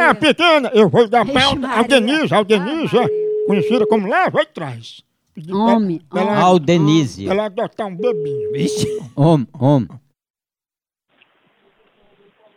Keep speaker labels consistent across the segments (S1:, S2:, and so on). S1: Ah, pequena, eu vou dar pauta ao
S2: Maria.
S1: Denise, ao Denise, é conhecida como leva e traz. Pedir pra-
S2: Homem,
S1: pra ela-
S3: Ao Denise.
S1: pra Ela adotar um bebinho.
S3: Homem, homem.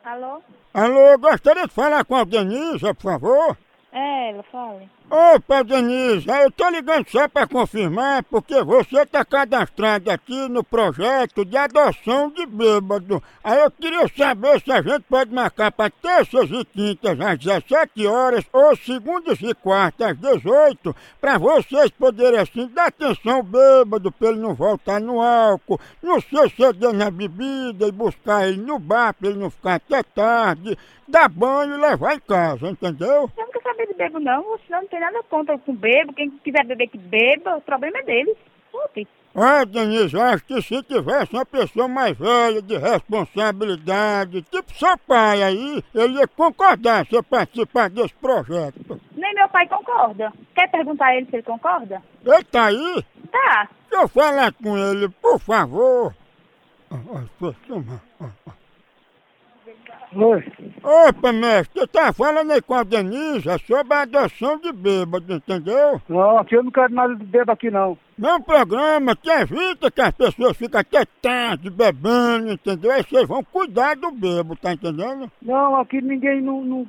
S4: Alô?
S1: Alô, gostaria de falar com a Denise, por favor?
S4: É, ela fala.
S1: Opa, Denise, eu tô ligando só pra confirmar, porque você tá cadastrada aqui no projeto de adoção de bêbado. Aí eu queria saber se a gente pode marcar pra terças e quintas às 17 horas ou segundas e quartas às 18, pra vocês poderem assim dar atenção ao bêbado pra ele não voltar no álcool, não ser cedendo a bebida e buscar ele no bar pra ele não ficar até tarde, dar banho e levar em casa, entendeu?
S4: Eu não quero saber de bebo, não. Você não tem nada contra com bebo. Quem quiser beber, que beba. O problema é deles. Putz.
S1: Ah, Denise, eu acho que se tivesse uma pessoa mais velha, de responsabilidade, tipo seu pai aí, ele ia concordar se eu participar desse projeto.
S4: Nem meu pai concorda. Quer perguntar a ele se ele concorda?
S1: Ele tá aí?
S4: Tá.
S1: Deixa eu falar com ele, por favor. Ah, ah, foi chamar, ah, ah.
S5: Oi,
S1: Opa, mestre, eu tava falando aí com a Denise é sobre a adoção de bêbado, entendeu?
S5: não, aqui eu não quero nada de bebo aqui não.
S1: É um programa que evita que as pessoas fiquem até tarde bebendo, entendeu? Aí vocês vão cuidar do bêbado, tá entendendo?
S5: Não, aqui ninguém não, não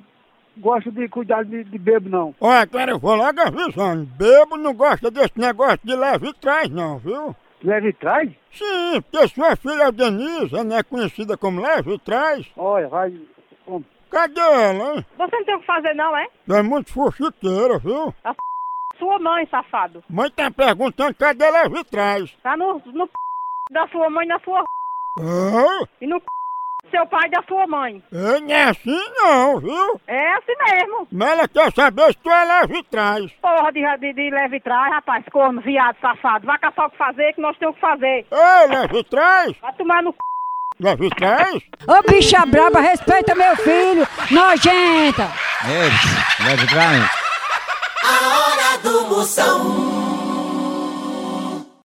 S5: gosta de cuidar de, de bebo não.
S1: Ó, agora eu vou logo avisando. Bebo não gosta desse negócio de leve e trás, não, viu?
S5: Leve e traz?
S1: Sim, porque sua filha Denise, né, conhecida como leve e trás.
S5: Olha, vai. Homem.
S1: Cadê ela, hein?
S4: Você não tem o que fazer, não, é?
S1: Tu é muito fuxiqueira, viu?
S4: Sua mãe, safado.
S1: Mãe tá perguntando cadê leve e trás.
S4: Tá no, no p... da sua mãe, na sua...
S1: Ô,
S4: E no p... do seu pai, da sua mãe.
S1: ei, não é assim não, viu?
S4: É assim mesmo.
S1: Mas ela quer saber se tu é leve e trás.
S4: Porra de, de, de leve e trás, rapaz. Corno, viado, safado. Vai caçar o que fazer, que nós temos o que fazer.
S1: Ô, leve e trás!
S4: Vai tomar no c...
S1: Leve e trás?
S2: Ô bicha braba, respeita meu filho, nojenta!
S3: Eles, leve pra mim.
S6: A hora do Moção.